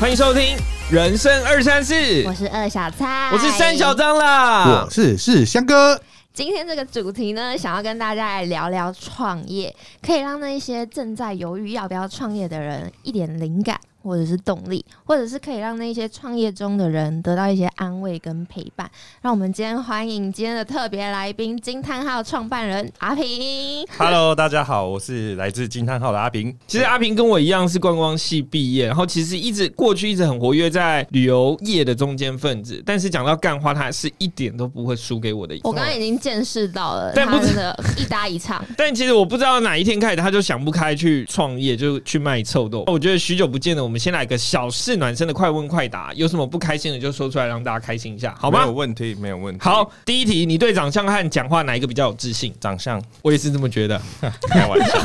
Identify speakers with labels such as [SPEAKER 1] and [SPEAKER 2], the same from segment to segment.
[SPEAKER 1] 欢迎收听《人生二三四》，
[SPEAKER 2] 我是二小菜，
[SPEAKER 1] 我是三小。张啦
[SPEAKER 2] 啊
[SPEAKER 3] 我。是是香哥，
[SPEAKER 2] 今天这个主题呢，想要跟大家来聊聊创业，可以让那一些正在犹豫要不要创业的人一点灵感，或者是动力，或者是可以让那些创业中的人得到一些安慰跟陪伴。让我们今天欢迎今天的特别来宾金叹号创办人阿平。
[SPEAKER 4] Hello，大家好，我是来自惊叹号的阿平。
[SPEAKER 1] 其实阿平跟我一样是观光系毕业，然后其实一直过去一直很活跃在旅游业的中间分子，但是讲到干话，他是一点都不会输给我的。
[SPEAKER 2] 我刚刚已
[SPEAKER 3] 哦
[SPEAKER 2] 经见识到了，
[SPEAKER 1] 但
[SPEAKER 2] 他
[SPEAKER 1] 不
[SPEAKER 2] 真的一搭一唱，
[SPEAKER 1] 但其实我不知道哪一天开始，他就想不开去创业，就去卖臭豆。我觉得许久不见的，我们先来个小事暖身的快问快答，有什么不开心的就说出来，让大家开心一下，好
[SPEAKER 4] 没有
[SPEAKER 1] 吗？
[SPEAKER 4] 问题，没有问题。，
[SPEAKER 1] 好，第一题，你对长相和讲话哪一个比较有自信？
[SPEAKER 4] 长相
[SPEAKER 1] 我也是这么觉得，
[SPEAKER 4] 开玩笑，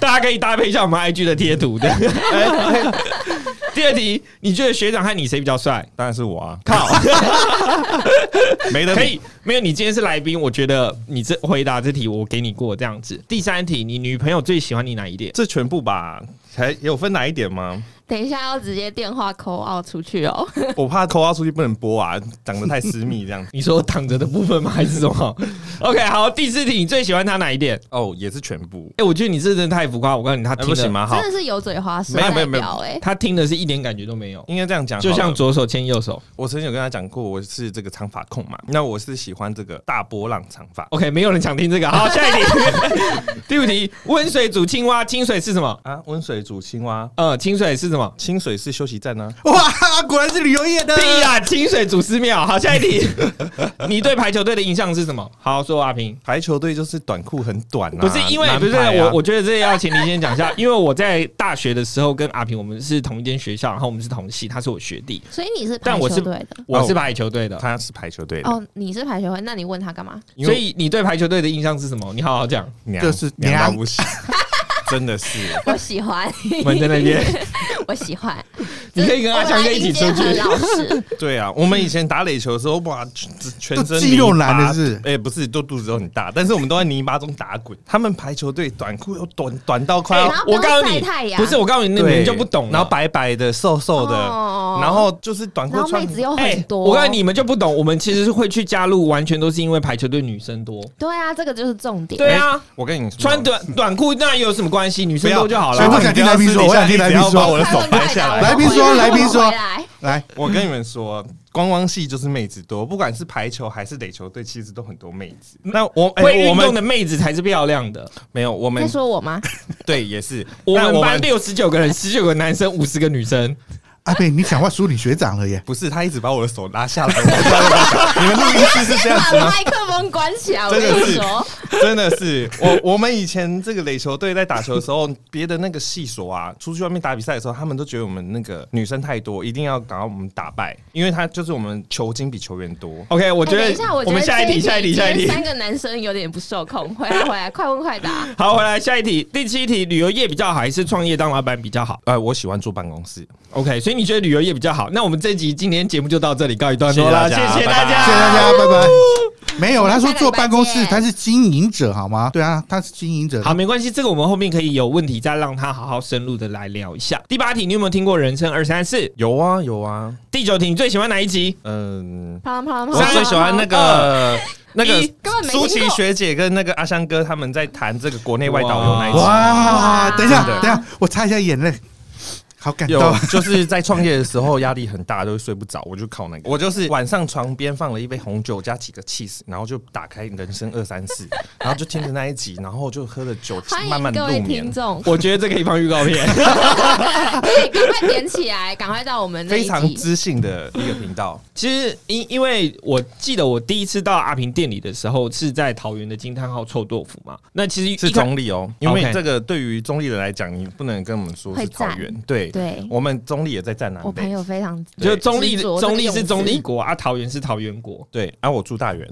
[SPEAKER 1] 大家可以搭配一下我们 IG 的贴图的。第二题，你觉得学长和你谁比较帅？
[SPEAKER 4] 当然是我啊，
[SPEAKER 1] 靠，
[SPEAKER 4] 没得比
[SPEAKER 1] 可以，没有你今天是来宾，我觉得你这回答这题我给你过这样子。第三题，你女朋友最喜欢你哪一点？。
[SPEAKER 4] 这全部吧？还有分哪一点吗？
[SPEAKER 2] 等一下要直接电话扣奥出去哦。
[SPEAKER 4] 我怕扣啊出去不能播啊，长得太私密这样
[SPEAKER 1] 你说躺着的部分吗？还是什么？OK，好，第四题，你最喜欢他哪一点？
[SPEAKER 4] 哦，也是全部，
[SPEAKER 1] 哎、我觉得你这真的太浮夸，我告诉你，他
[SPEAKER 4] 哎
[SPEAKER 1] 听
[SPEAKER 4] 不
[SPEAKER 1] 的、
[SPEAKER 4] 行吗？好
[SPEAKER 2] 真，的是油嘴滑舌
[SPEAKER 4] 没有没
[SPEAKER 2] 在
[SPEAKER 4] 有没有
[SPEAKER 2] 聊哎，
[SPEAKER 1] 他听的是一点感觉都没有，
[SPEAKER 4] 应该这样嗯讲好
[SPEAKER 1] 就
[SPEAKER 4] 了。
[SPEAKER 1] 像左手牵右手。
[SPEAKER 4] 我曾经有跟他讲过，我是这个长发控嘛，那我是喜欢这个大波浪长发
[SPEAKER 1] OK，没有人想听这个。好，下一题， 第五题，温水煮青蛙，清水是什么？
[SPEAKER 4] 啊。温水煮青蛙，
[SPEAKER 1] 呃，清水是什么？
[SPEAKER 4] 清水是休息站啊呢、
[SPEAKER 3] 哇，果然是旅游业 的
[SPEAKER 1] 屁呀、清水煮寺庙。好，下一 题，你对排球队的印象是什么？好，说阿平。
[SPEAKER 4] 排球队就是短裤很短啊，
[SPEAKER 1] 不是因为
[SPEAKER 4] 男
[SPEAKER 1] 不是
[SPEAKER 4] 排啊
[SPEAKER 1] 我，我觉得这要前提先讲一下，因为我在大学的时候跟阿平我们是同一间学校，然后我们是同系，他是我学弟，
[SPEAKER 2] 所以你是
[SPEAKER 1] 但
[SPEAKER 2] 排
[SPEAKER 1] 我
[SPEAKER 2] 球
[SPEAKER 1] 是
[SPEAKER 2] 队的
[SPEAKER 1] 我是排球队的，
[SPEAKER 4] 哦他是排球队的，
[SPEAKER 2] 哦，你是排球会，那你问他 干嘛？
[SPEAKER 4] 因
[SPEAKER 1] 所
[SPEAKER 4] 为
[SPEAKER 1] 以你对排球队的印象是什么？你好好讲。
[SPEAKER 4] 娘
[SPEAKER 3] 就是
[SPEAKER 4] 娘
[SPEAKER 3] 娘
[SPEAKER 4] 到不行，真的是。
[SPEAKER 2] 我喜欢，
[SPEAKER 1] 我们在 那边，
[SPEAKER 2] 我喜欢。
[SPEAKER 1] 你可以跟阿强哥一起出
[SPEAKER 2] 我们来迎接
[SPEAKER 1] 去。
[SPEAKER 2] 很老 实，
[SPEAKER 4] 对啊，我们以前打垒球的时候，哇，全全身
[SPEAKER 3] 都肌肉男
[SPEAKER 4] 泥巴
[SPEAKER 3] 的是
[SPEAKER 4] 哎、不是，都肚子都很大，但是我们都在泥巴中打滚。他们排球队短裤又短短到快
[SPEAKER 1] 哎
[SPEAKER 4] 要、
[SPEAKER 2] 然后不
[SPEAKER 1] 我
[SPEAKER 2] 用
[SPEAKER 1] 告诉
[SPEAKER 2] 晒
[SPEAKER 1] 你
[SPEAKER 2] 太，阳
[SPEAKER 1] 不是我告诉你，你
[SPEAKER 4] 对
[SPEAKER 1] 们就不懂。
[SPEAKER 4] 然后，白白的、瘦瘦的，
[SPEAKER 2] 哦
[SPEAKER 4] 然后就是短裤
[SPEAKER 2] 然后
[SPEAKER 4] 穿
[SPEAKER 2] 妹子又
[SPEAKER 1] 哎
[SPEAKER 2] 很，多。
[SPEAKER 1] 我告诉你，你，们就不懂。我们其实是会去加入，完全都是因为排球队女生多。
[SPEAKER 2] 对啊，这个就是重点。
[SPEAKER 1] 对啊，
[SPEAKER 4] 我跟你说，
[SPEAKER 1] 穿短 短裤那有什么关系？女
[SPEAKER 4] 不
[SPEAKER 1] 生
[SPEAKER 4] 要
[SPEAKER 1] 多就好
[SPEAKER 3] 所以
[SPEAKER 1] 了
[SPEAKER 3] 不。想听来宾说
[SPEAKER 4] 不要
[SPEAKER 3] 我想听来宾说
[SPEAKER 4] 你只要把我的手掰下
[SPEAKER 2] 快
[SPEAKER 4] 来。
[SPEAKER 2] 点
[SPEAKER 3] 来宾说
[SPEAKER 2] 我回来
[SPEAKER 3] 来宾说
[SPEAKER 2] 我回来
[SPEAKER 3] 来，
[SPEAKER 4] 我跟你们说，观光系就是妹子多，不管是排球还是垒球队，其实都很多妹子。那我哎、
[SPEAKER 1] 会
[SPEAKER 4] 我
[SPEAKER 1] 运动
[SPEAKER 4] 们
[SPEAKER 1] 的妹子才是漂亮的。
[SPEAKER 4] 没有，我
[SPEAKER 2] 在
[SPEAKER 4] 们
[SPEAKER 2] 说 我吗？
[SPEAKER 4] 对也是，
[SPEAKER 1] 我
[SPEAKER 4] 但
[SPEAKER 1] 们
[SPEAKER 4] 我
[SPEAKER 1] 班
[SPEAKER 4] 们
[SPEAKER 1] 六十九个人，十九个男生，五十个女生。
[SPEAKER 3] 阿贝，你讲话输你学长了耶，
[SPEAKER 4] 不是他一直把我的手拉下来，我不知道要不要讲你们录音室是这样子
[SPEAKER 2] 把
[SPEAKER 4] 吗？
[SPEAKER 2] 麦克风关起来，我跟
[SPEAKER 4] 真的
[SPEAKER 2] 你
[SPEAKER 4] 是
[SPEAKER 2] 说，
[SPEAKER 4] 真的是，我我们以前这个垒球队在打球的时候，别的那个系所啊，出去外面打比赛的时候，他们都觉得我们那个女生太多，一定要把我们打败，因为他就是我们球精比球员多。
[SPEAKER 1] OK，我觉
[SPEAKER 2] 哎等
[SPEAKER 1] 得
[SPEAKER 2] 一下，我觉
[SPEAKER 1] 我
[SPEAKER 2] 得
[SPEAKER 1] 们下一
[SPEAKER 2] 这
[SPEAKER 1] 题，下一题，下一题。
[SPEAKER 2] 今天三个男生有点不受控，回来回 来，快问快答。
[SPEAKER 1] 好，回来下一题，第七题，旅游业比较好还是创业当老板比较好
[SPEAKER 4] 呃，我喜欢坐办公室，
[SPEAKER 1] ？OK，所以你觉得旅游业比较好？那我们这集今天节目就到这里告一段落了，谢
[SPEAKER 4] 谢谢大家
[SPEAKER 1] 谢大
[SPEAKER 4] 拜
[SPEAKER 1] 家，
[SPEAKER 4] 拜
[SPEAKER 3] 谢谢大家，拜拜。没有，他说坐办公
[SPEAKER 2] 下
[SPEAKER 3] 室，
[SPEAKER 2] 礼拜
[SPEAKER 3] 他
[SPEAKER 2] 见
[SPEAKER 3] 是经营者好吗？对啊，他是经营者。
[SPEAKER 1] 好，没关系，这个我们后面可以有问题再让他好好深入的来聊一下。第八题，你有没有听过人生二三四？
[SPEAKER 4] 有啊有啊，
[SPEAKER 1] 第九题，你最喜欢哪一集？
[SPEAKER 4] 嗯，
[SPEAKER 2] 啪啦啪啦啪啦
[SPEAKER 4] 我最喜欢那个那个
[SPEAKER 1] 一
[SPEAKER 2] 根本没听
[SPEAKER 4] 舒
[SPEAKER 2] 过
[SPEAKER 4] 淇学姐跟那个阿香哥他们在谈这个国内外导游那一集。
[SPEAKER 3] 哇，
[SPEAKER 2] 哇
[SPEAKER 3] 等一下，
[SPEAKER 2] 真的
[SPEAKER 3] 等一下，我擦一下眼泪，好 感
[SPEAKER 4] 有
[SPEAKER 3] 动。，
[SPEAKER 4] 就是在创业的时候压力很大，都会睡不着，我就靠那个，我就是晚上床边放了一杯红酒加几个 cheese，然后就打开《人生二三四》，然后就听着那一集，然后就喝了酒，
[SPEAKER 2] 欢
[SPEAKER 4] 慢
[SPEAKER 2] 迎
[SPEAKER 4] 慢
[SPEAKER 2] 各
[SPEAKER 4] 入
[SPEAKER 2] 位听
[SPEAKER 4] 眠。
[SPEAKER 2] 众，
[SPEAKER 1] 我觉得这可以放预告片。
[SPEAKER 2] 对，赶快点起来，赶快到我们那一
[SPEAKER 4] 非
[SPEAKER 2] 集
[SPEAKER 4] 常知性的一个频道，
[SPEAKER 1] 其实因因为我记得我第一次到阿平店里的时候是在桃园的金叹号臭豆腐嘛，那其实一
[SPEAKER 4] 是
[SPEAKER 1] 开
[SPEAKER 4] 中立哦，因为
[SPEAKER 1] OK
[SPEAKER 4] 这个对于中立人来讲，你不能跟我们说
[SPEAKER 2] 会
[SPEAKER 4] 是桃
[SPEAKER 2] 赞
[SPEAKER 4] 园，对，
[SPEAKER 2] 对
[SPEAKER 4] 我们中立也在占南
[SPEAKER 2] 我朋
[SPEAKER 4] 北，
[SPEAKER 2] 友非常
[SPEAKER 1] 就中立
[SPEAKER 2] 执着
[SPEAKER 1] 中立
[SPEAKER 2] 这个
[SPEAKER 1] 是
[SPEAKER 2] 用
[SPEAKER 1] 中立
[SPEAKER 2] 词
[SPEAKER 1] 国啊，桃园是桃园国。
[SPEAKER 4] 对，啊，我住大园，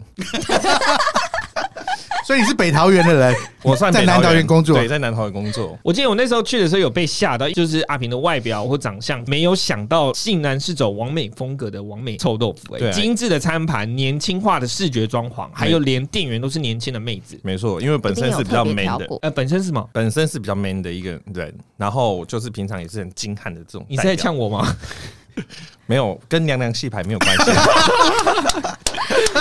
[SPEAKER 3] 所以你是北桃园的人，
[SPEAKER 4] 我算
[SPEAKER 3] 在
[SPEAKER 4] 北
[SPEAKER 3] 南桃园工作
[SPEAKER 4] 对，在南桃园工作。
[SPEAKER 1] 我记得我那时候去的时候有被吓到，就是阿平的外表或长相，没有想到竟然是走完美风格的完美臭豆腐、欸，
[SPEAKER 4] 对啊
[SPEAKER 1] 精致的餐盘、年轻化的视觉装潢，还有连店员都是年轻的妹子。
[SPEAKER 4] 没错，因为本身是比较
[SPEAKER 2] 一定有特别挑
[SPEAKER 4] man 的，
[SPEAKER 2] 过
[SPEAKER 1] 呃，本身是什么？
[SPEAKER 4] 本身是比较 man 的一个人，然后就是平常也是很精悍的这种代表。
[SPEAKER 1] 你是在呛我吗？
[SPEAKER 4] 没有跟娘娘戏牌没有关系，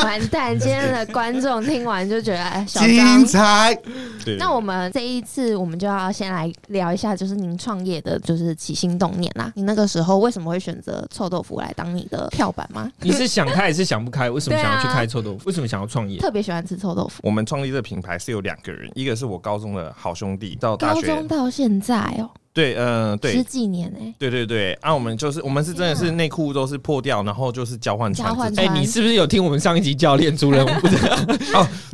[SPEAKER 2] 完蛋！今天的观众听完就觉得哎， 小
[SPEAKER 3] 精
[SPEAKER 2] 张。
[SPEAKER 3] 彩。
[SPEAKER 4] 对
[SPEAKER 2] 那我们这一次，我们就要先来聊一下，就是您创业的，就是起心动念啦。你那个时候为什么会选择臭豆腐来当你的跳板吗？
[SPEAKER 1] 你是想开还是想不开？为什么
[SPEAKER 2] 对啊
[SPEAKER 1] 想要去开臭豆腐？为什么想要创业？
[SPEAKER 2] 特别喜欢吃臭豆腐，
[SPEAKER 4] 我们创立这个品牌是有两个人，一个是我高中的好兄弟，到大
[SPEAKER 2] 高
[SPEAKER 4] 学
[SPEAKER 2] 中到现在哦、
[SPEAKER 4] 对，嗯、呃，
[SPEAKER 2] 十
[SPEAKER 4] 对。
[SPEAKER 2] 几年哎、
[SPEAKER 4] 对对对，啊，我们就是我们是真的是内裤都是破掉，然后就是交换穿
[SPEAKER 2] 交换
[SPEAKER 4] 这种。
[SPEAKER 1] 哎、你是不是有听我们上一集教练主任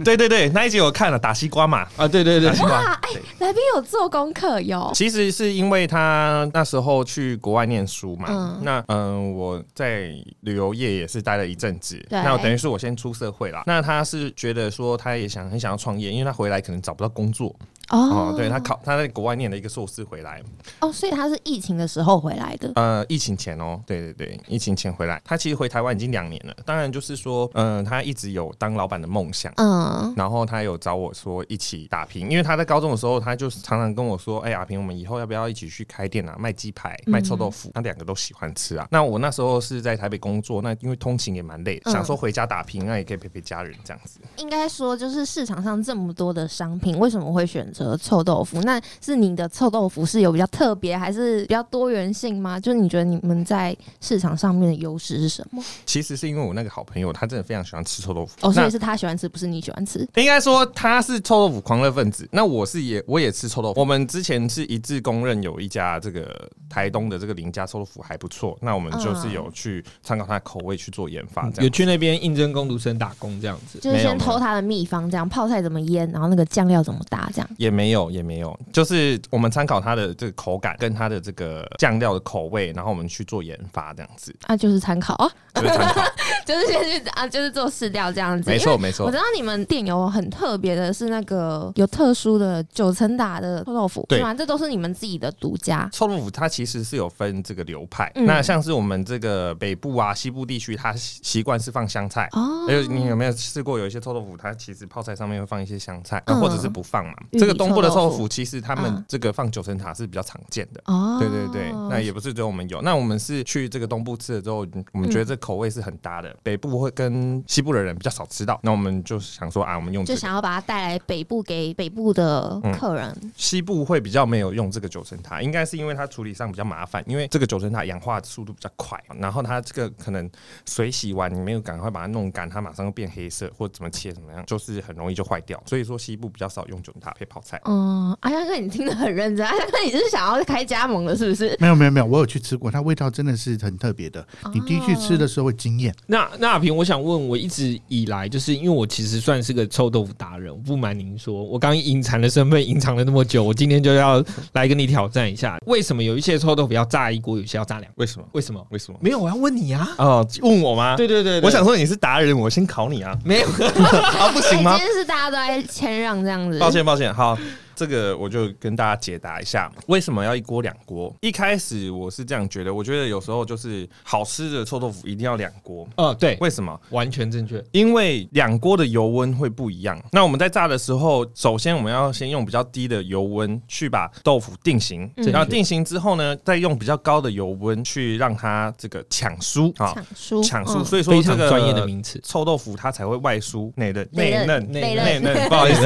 [SPEAKER 4] 对对对，那一集我看了打西瓜嘛，
[SPEAKER 1] 啊？对对对
[SPEAKER 4] 打，西瓜。
[SPEAKER 2] 哎来宾有做功课有，
[SPEAKER 4] 其实是因为他那时候去国外念书嘛，
[SPEAKER 2] 嗯
[SPEAKER 4] 那嗯、呃我在旅游业也是待了一阵子，
[SPEAKER 2] 对
[SPEAKER 4] 那我等于是我先出社会啦。那他是觉得说他也想很想要创业，因为他回来可能找不到工作哦、
[SPEAKER 2] 哦，
[SPEAKER 4] 对他考他在国外念了一个硕士回来，
[SPEAKER 2] 哦，所以他是疫情的时候回来的，
[SPEAKER 4] 呃，疫情前哦，对对对，疫情前回来，他其实回台湾已经两年了。当然就是说，嗯、他一直有当老板的梦想。
[SPEAKER 2] 嗯，
[SPEAKER 4] 然后他有找我说一起打拼，因为他在高中的时候，他就常常跟我说：“哎、阿平，我们以后要不要一起去开店啊，卖鸡排、卖臭豆腐？他两个都喜欢吃啊。”那我那时候是在台北工作，那因为通勤也蛮累，
[SPEAKER 2] 嗯
[SPEAKER 4] 想说回家打拼，那也可以陪陪家人这样子。
[SPEAKER 2] 应该说就是市场上这么多的商品，为什么会选择臭豆腐？那是你的臭豆腐是有比较特别，还是比较多元性吗？就是你觉得你们在市场上面的优势是什么？
[SPEAKER 4] 其实是因为我那个好朋友，他真的非常喜欢吃臭豆腐。
[SPEAKER 2] 哦，所
[SPEAKER 4] 那
[SPEAKER 2] 以是他喜欢吃，不是你喜欢吃。
[SPEAKER 4] 应该说他是臭豆腐狂热分子，那我是也我也吃臭豆腐。我们之前是一致公认有一家这个台东的这个林家臭豆腐还不错，那我们就是有去参考他的口味去做研发，这
[SPEAKER 1] 有
[SPEAKER 4] 样。
[SPEAKER 1] 去那边应征工读生打工这样子。
[SPEAKER 2] 就是
[SPEAKER 4] 没有
[SPEAKER 2] 先偷他的秘方，这样泡菜怎么腌，然后那个酱料怎么搭，这样。
[SPEAKER 4] 也没有，也没有，就是我们参考它的这个口感跟它的这个酱料的口味，然后我们去做研发，这样子
[SPEAKER 2] 啊，就是参考啊，
[SPEAKER 4] 就是参考。
[SPEAKER 2] 就是先去啊，就是做试调这样子。
[SPEAKER 4] 没
[SPEAKER 2] 因为
[SPEAKER 4] 错，没
[SPEAKER 2] 我
[SPEAKER 4] 错
[SPEAKER 2] 知。道你们店有很特别的，是那个有特殊的九层塔的臭豆腐，
[SPEAKER 4] 对
[SPEAKER 2] 是吗？这都是你们自己的独家。
[SPEAKER 4] 臭豆腐它其实是有分这个流派，
[SPEAKER 2] 嗯
[SPEAKER 4] 那像是我们这个北部啊、西部地区，它习习惯是放香菜。
[SPEAKER 2] 哦，
[SPEAKER 4] 还有你有没有试过有一些臭豆腐，它其实泡菜上面会放一些香菜，
[SPEAKER 2] 嗯
[SPEAKER 4] 或者是不放嘛？
[SPEAKER 2] 玉米
[SPEAKER 4] 这个东部的
[SPEAKER 2] 臭豆
[SPEAKER 4] 臭
[SPEAKER 2] 腐
[SPEAKER 4] 豆腐，其实他
[SPEAKER 2] 嗯
[SPEAKER 4] 们这个放九层塔是比较常见的。
[SPEAKER 2] 哦，
[SPEAKER 4] 对对对，那也不是只有我们有。那我们是去这个东部吃了之后，嗯我们
[SPEAKER 2] 嗯
[SPEAKER 4] 觉得这口味是很搭的。北部会跟西部的人比较少吃到，那我们就想说啊，我们用这
[SPEAKER 2] 就
[SPEAKER 4] 个
[SPEAKER 2] 想要把它带来北部给北部的客人。
[SPEAKER 4] 西部会比较没有用这个九层塔，应该是因为它处理上比较麻烦，因为这个九层塔氧化速度比较快，然后它这个可能水洗完你没有赶快把它弄干，它马上就变黑色，或者怎么切怎么样，就是很容易就坏掉。所以说西部比较少用九层塔配泡菜。
[SPEAKER 2] 嗯，阿香哥，你听得很认真。阿香哥，你是想要开加盟了，是不是？
[SPEAKER 3] 没有没有没有，我有去吃过，它味道真的是很特别的。你第一去吃的时候会惊艳。
[SPEAKER 1] 那那阿平，我想问，我一直以来就是因为我其实算是个臭豆腐达人，不瞒您说，我刚隐藏的身份隐藏了那么久，我今天就要来跟你挑战一 下，为什么有一些臭豆腐要炸一锅，有些要炸两锅？
[SPEAKER 4] 为什么？
[SPEAKER 1] 为什么？
[SPEAKER 4] 为什么？
[SPEAKER 1] 没有，我要问你啊！
[SPEAKER 4] 哦，问我吗？
[SPEAKER 1] 对对对对
[SPEAKER 4] 我想说你是达人，我先考你啊
[SPEAKER 1] 没有，
[SPEAKER 4] 啊，不
[SPEAKER 2] 哎
[SPEAKER 4] 行吗
[SPEAKER 2] 今？天是大家都在谦让这样子。
[SPEAKER 4] 抱歉，抱歉。好，这个我就跟大家解答一下，为什么要一锅两锅？一开始我是这样觉得，我觉得有时候就是好吃的臭豆腐一定要两锅，
[SPEAKER 1] 哦，对，
[SPEAKER 4] 为什么？
[SPEAKER 1] 完全正确。
[SPEAKER 4] 因为两锅的油温会不一样。那我们在炸的时候，首先我们要先用比较低的油温去把豆腐定型，
[SPEAKER 2] 嗯
[SPEAKER 4] 然后定型之后呢，再用比较高的油温去让它这个抢酥啊，
[SPEAKER 2] 抢书，
[SPEAKER 4] 抢酥。
[SPEAKER 2] 嗯
[SPEAKER 4] 所以说
[SPEAKER 1] 非
[SPEAKER 4] 这
[SPEAKER 1] 常
[SPEAKER 4] 个
[SPEAKER 1] 专业的名词，
[SPEAKER 4] 臭豆腐它才会外酥内嫩，
[SPEAKER 2] 内
[SPEAKER 4] 内
[SPEAKER 2] 嫩
[SPEAKER 4] 嫩
[SPEAKER 1] 内
[SPEAKER 4] 内
[SPEAKER 2] 嫩
[SPEAKER 4] 嫩，不好意思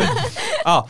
[SPEAKER 4] 哦。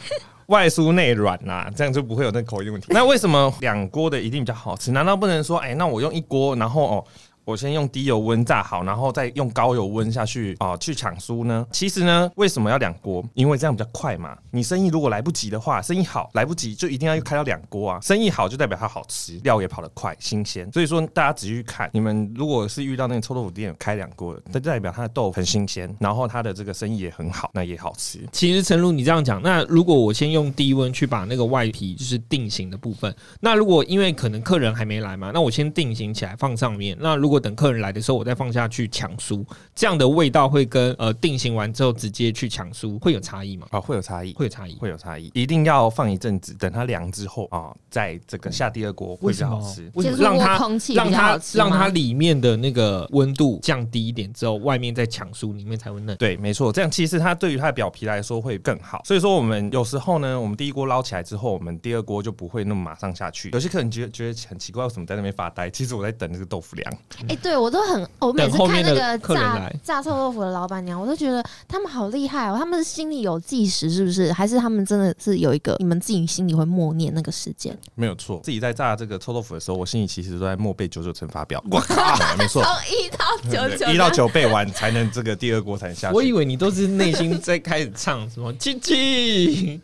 [SPEAKER 4] 外酥内软呐、这样就不会有那口音问题。那为什么两锅的一定比较好吃？难道不能说，哎、那我用一锅，然后哦，我先用低油温炸好，然后再用高油温下去哦，去抢酥呢？其实呢，为什么要两锅？因为这样比较快嘛。你生意如果来不及的话，生意好来不及就一定要开到两锅啊。生意好就代表它好吃，料也跑得快，新鲜。所以说大家仔细去看，你们如果是遇到那个臭豆腐店有开两锅的，那就代表它的豆腐很新鲜，然后它的这个生意也很好，那也好吃。
[SPEAKER 1] 其实陈如你这样讲，那如果我先用低温去把那个外皮就是定型的部分，那如果因为可能客人还没来嘛，那我先定型起来放上面。那如果或等客人来的时候，我再放下去抢酥，这样的味道会跟呃定型完之后直接去抢酥会有差异吗？
[SPEAKER 4] 啊、会有差异，
[SPEAKER 1] 会有差异。
[SPEAKER 4] 会有差异，一定要放一阵子，等它凉之后啊、在这个下第二锅会
[SPEAKER 1] 为
[SPEAKER 4] 比
[SPEAKER 1] 什
[SPEAKER 4] 较
[SPEAKER 1] 么
[SPEAKER 4] 好吃？。
[SPEAKER 1] 为什么
[SPEAKER 2] 接触
[SPEAKER 1] 让
[SPEAKER 2] 过
[SPEAKER 1] 它
[SPEAKER 2] 空气比
[SPEAKER 1] 让
[SPEAKER 2] 较好
[SPEAKER 1] 它
[SPEAKER 2] 吃吗
[SPEAKER 1] 让它里面的那个温度降低一点之后，外面再抢酥，里面才会嫩。
[SPEAKER 4] 对，没错，这样其实它对于它的表皮来说会更好。所以说我们有时候呢，我们第一锅捞起来之后，我们第二锅就不会那么马上下去。有些客人觉得觉得很奇怪，为什么在那边发呆？其实我在等那个豆腐凉。
[SPEAKER 2] 哎、对我都很，我每次
[SPEAKER 1] 等后
[SPEAKER 2] 看
[SPEAKER 1] 面
[SPEAKER 2] 那
[SPEAKER 1] 的
[SPEAKER 2] 个
[SPEAKER 1] 客人
[SPEAKER 2] 炸
[SPEAKER 1] 来
[SPEAKER 2] 炸臭豆腐的老板娘，我都觉得他们好厉害哦，他们是心里有计时是不是？还是他们真的是有一个你们自己心里会默念那个时间？
[SPEAKER 4] 没有错，自己在炸这个臭豆腐的时候，我心里其实都在默背九九乘法表。我靠，没错
[SPEAKER 2] 从，一到九九，
[SPEAKER 4] 一到，九背完才能这个第二锅才能下 去。
[SPEAKER 1] 我以为你都是内心在开始唱什么 “七七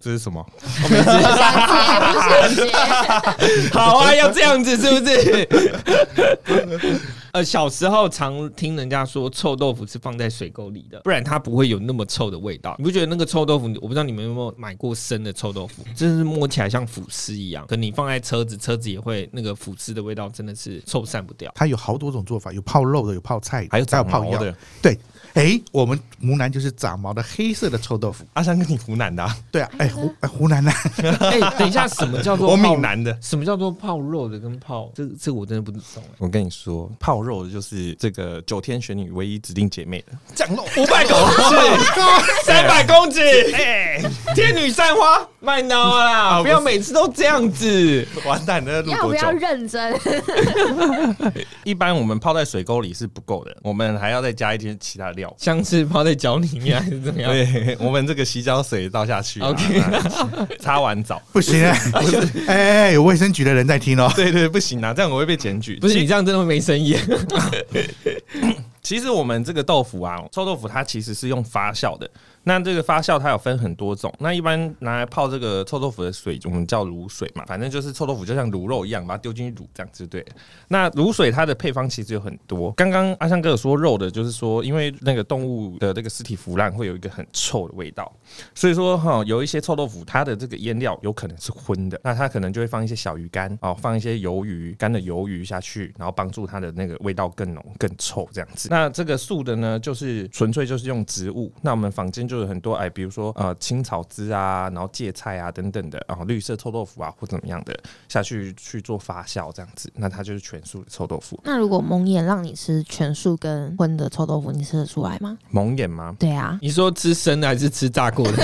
[SPEAKER 4] 这是什么？
[SPEAKER 2] 不是学”，
[SPEAKER 1] 好啊，要这样子是不是？ 呃，小时候常听人家说臭豆腐是放在水沟里的，不然它不会有那么臭的味道。你不觉得那个臭豆腐？我不知道你们有没有买过生的臭豆腐，真是摸起来像腐尸一样。可你放在车子，车子也会那个腐尸的味道，真的是臭散不掉。
[SPEAKER 3] 它有好多种做法，有泡肉的，有泡菜的，
[SPEAKER 4] 还
[SPEAKER 3] 还
[SPEAKER 4] 有
[SPEAKER 3] 有
[SPEAKER 4] 长
[SPEAKER 3] 泡
[SPEAKER 4] 毛
[SPEAKER 3] 药。
[SPEAKER 4] 的。
[SPEAKER 3] 对，哎，我们湖南就是长毛的黑色的臭豆腐。
[SPEAKER 4] 阿香跟你湖南的、啊，
[SPEAKER 3] 对啊，哎湖哎湖南的，
[SPEAKER 1] 哎、等一下，什么 叫做
[SPEAKER 4] 我
[SPEAKER 1] 泡
[SPEAKER 4] 闽？南的。
[SPEAKER 1] 什么叫做泡肉的跟泡？这个这个我真的不懂、
[SPEAKER 4] 我跟你说，泡肉就是这个九天玄女唯一指定姐妹的酱 肉。
[SPEAKER 1] 五百公尺，三百公尺，哎、天女散花，卖孬啦！不要每次都这样子。
[SPEAKER 4] 完蛋，那录
[SPEAKER 2] 要不
[SPEAKER 4] 多久
[SPEAKER 2] 要？认真？
[SPEAKER 4] 一般我们泡在水沟里是不够的，我们还要再加一些其他的料。
[SPEAKER 1] 香是泡在脚里面还是怎么样？
[SPEAKER 4] 对，我们这个洗脚水倒下去啊
[SPEAKER 1] OK
[SPEAKER 4] 擦完澡。
[SPEAKER 3] 不行啊！哎哎，有卫生局的人在听哦。
[SPEAKER 4] 对对，不行啊，这样我会被检举。
[SPEAKER 1] 不是你这样真的会没生意。
[SPEAKER 4] 其实我们这个豆腐啊，臭豆腐它其实是用发酵的。那这个发酵它有分很多种，那一般拿来泡这个臭豆腐的水，我们叫卤水嘛，反正就是臭豆腐就像卤肉一样，把它丢进去卤，这样子对了。那卤水它的配方其实有很多，刚刚阿香哥有说肉的，就是说因为那个动物的这个尸体腐烂会有一个很臭的味道，所以说哈、有一些臭豆腐它的这个腌料有可能是荤的，那它可能就会放一些小鱼干哦，放一些鱿鱼干的鱿鱼下去，然后帮助它的那个味道更浓更臭这样子。那这个素的呢，就是纯粹就是用植物。那我们坊间就有很多哎，比如说呃青草汁啊，然后芥菜啊等等的，然后绿色臭豆腐啊或怎么样的下去去做发酵这样子，那它就是全素的臭豆腐。
[SPEAKER 2] 那如果蒙眼让你吃全素跟荤的臭豆腐，你吃得出来吗？
[SPEAKER 4] 蒙眼吗？
[SPEAKER 2] 对啊，
[SPEAKER 1] 你说吃生的还是吃炸过的？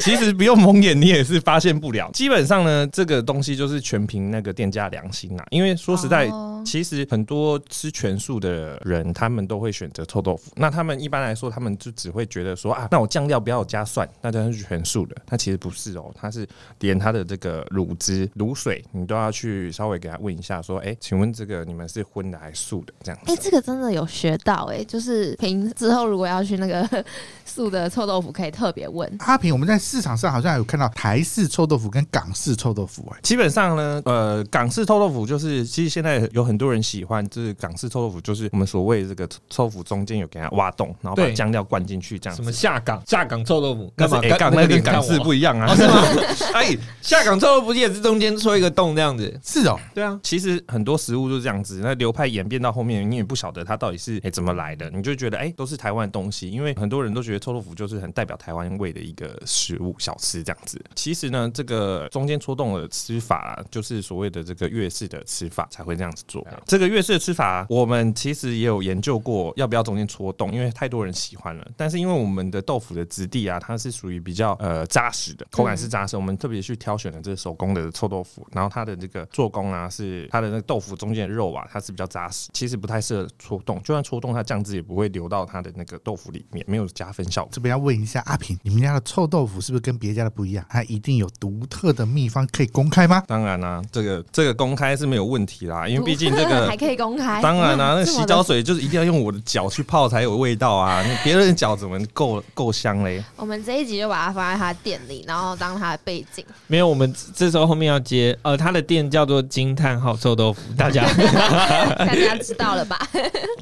[SPEAKER 4] 其实不用蒙眼，你也是发现不了。基本上呢，这个东西就是全凭那个店家良心啦、因为说实在，
[SPEAKER 2] 哦
[SPEAKER 4] 其实很多吃全素的人，他们都会选择臭豆腐。那他们一般来说，他们就只会觉得说啊，那我酱料不要有加蒜，那真的是全素的。它其实不是哦，它是连它的这个卤汁、卤水，你都要去稍微给他问一下，说，哎、请问这个你们是荤的还是素的？这样
[SPEAKER 2] 哎、
[SPEAKER 4] 子。
[SPEAKER 2] 这个真的有学到哎、就是平之后如果要去那个 素的臭豆腐，可以特别问。
[SPEAKER 3] 阿平，我们在市场上好像有看到台式臭豆腐跟港式臭豆腐，哎，
[SPEAKER 4] 基本上呢，呃，港式臭豆腐就是，其实现在有很多人喜欢，就是港式臭豆腐，就是我们所谓这个臭臭豆腐中间有给它挖洞，然后把
[SPEAKER 1] 对
[SPEAKER 4] 酱料灌进去，这 样
[SPEAKER 1] 什
[SPEAKER 4] 子。
[SPEAKER 1] 么下岗下岗臭豆腐？
[SPEAKER 4] 那
[SPEAKER 1] 哎干嘛？
[SPEAKER 4] 是 A 杠，
[SPEAKER 1] 个
[SPEAKER 4] 那跟
[SPEAKER 1] 脸看
[SPEAKER 4] 港式
[SPEAKER 1] 我
[SPEAKER 4] 不一样啊
[SPEAKER 1] 哦，。是吗？哎，下岗臭豆腐不也是中间戳一个洞这样子？
[SPEAKER 3] 是哦，
[SPEAKER 1] 对啊，
[SPEAKER 4] 其实很多食物就是这样子，那流派演变到后面，你也不晓得它到底是哎、怎么来的，你就觉得哎、都是台湾的东西，因为很多人都觉得臭豆腐就是很代表台湾味的一个食物小吃这样子。其实呢，这个中间戳洞的吃法、就是所谓的这个粤式的吃法才会这样子做。这个粤式的吃法，我们其实也有研究过要不要中间戳洞，因为太多人喜欢了。但是因为我们的豆腐的质地啊，它是属于比较呃扎实的，口感是扎实，我们特别去挑选了这个手工的臭豆腐，然后它的这个做工啊，是它的那个豆腐中间的肉啊，它是比较扎实，其实不太适合戳洞，就算戳洞，它酱汁也不会流到它的那个豆腐里面，没有加分 效果。
[SPEAKER 3] 这边要问一下阿平，你们家的臭豆腐是不是跟别家的不一样？它一定有独特的秘方可以公开吗？
[SPEAKER 4] 当然啦、这个这个公开是没有问题啦，因为毕竟这
[SPEAKER 2] 还
[SPEAKER 4] 个。
[SPEAKER 2] 可以公开，
[SPEAKER 4] 当然啦、啊
[SPEAKER 2] 哇
[SPEAKER 4] 那
[SPEAKER 2] 这么
[SPEAKER 4] 洗
[SPEAKER 2] 的
[SPEAKER 4] 脚水就是一定要用我的脚去泡才有味道啊！你别人的脚怎么够够香嘞？
[SPEAKER 2] 我们这一集就把它放在他店里，然后当他的背 景。
[SPEAKER 1] 没有，我们这时候后面要接，呃，他的店叫做惊叹号臭豆腐，大家
[SPEAKER 2] 大家知道了 吧？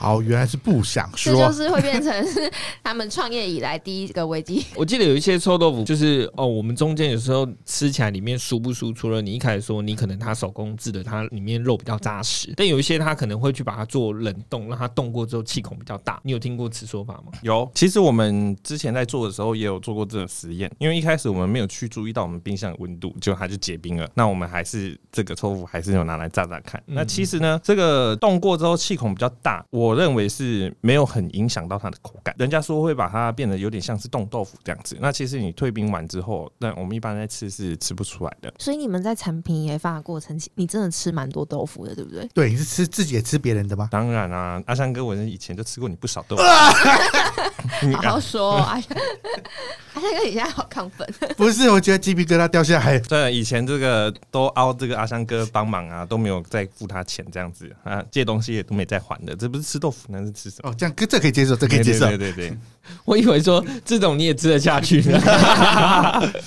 [SPEAKER 3] 哦，原来是不想
[SPEAKER 2] 这就
[SPEAKER 3] 说。
[SPEAKER 2] 是会变成是他们创业以来第一个危机。
[SPEAKER 1] 我记得有一些臭豆腐，就是哦，我们中间有时候吃起来里面酥不酥，除了你一开始说你可能它手工制的，它里面肉比较扎实，但有一些他可能会去把它做冷冻，让它冻过之后气孔比较大。你有听过此说法 吗？
[SPEAKER 4] 有，其实我们之前在做的时候也有做过这种实验，因为一开始我们没有去注意到我们冰箱的温度，结果它就结冰了。那我们还是这个臭腐还是有拿来炸炸看。
[SPEAKER 1] 嗯
[SPEAKER 4] 那其实呢，这个冻过之后气孔比较大，我认为是没有很影响到它的口感。人家说会把它变得有点像是冻豆腐这样子，那其实你退冰完之后，那我们一般在吃是吃不出来的。
[SPEAKER 2] 所以你们在产品研发的过程，你真的吃蛮多豆腐的，对不对？
[SPEAKER 3] 对，你是吃自己也吃别人的吗？
[SPEAKER 4] 当然啊，阿香哥，我以前就吃过你不少豆腐。你
[SPEAKER 2] 好好说、哦，阿香阿香哥，你现在好亢奋。
[SPEAKER 3] 不是，我觉得鸡皮疙瘩掉下来。
[SPEAKER 4] 真的，以前这个都凹这个阿香哥帮忙啊，都没有再付他钱这样子啊，借东西也都没再还的，这不是吃豆腐，那是吃什么？
[SPEAKER 3] 哦，这样这可以接受，这可以接受
[SPEAKER 4] 对。对对对
[SPEAKER 1] 我以为说这种你也吃得下去，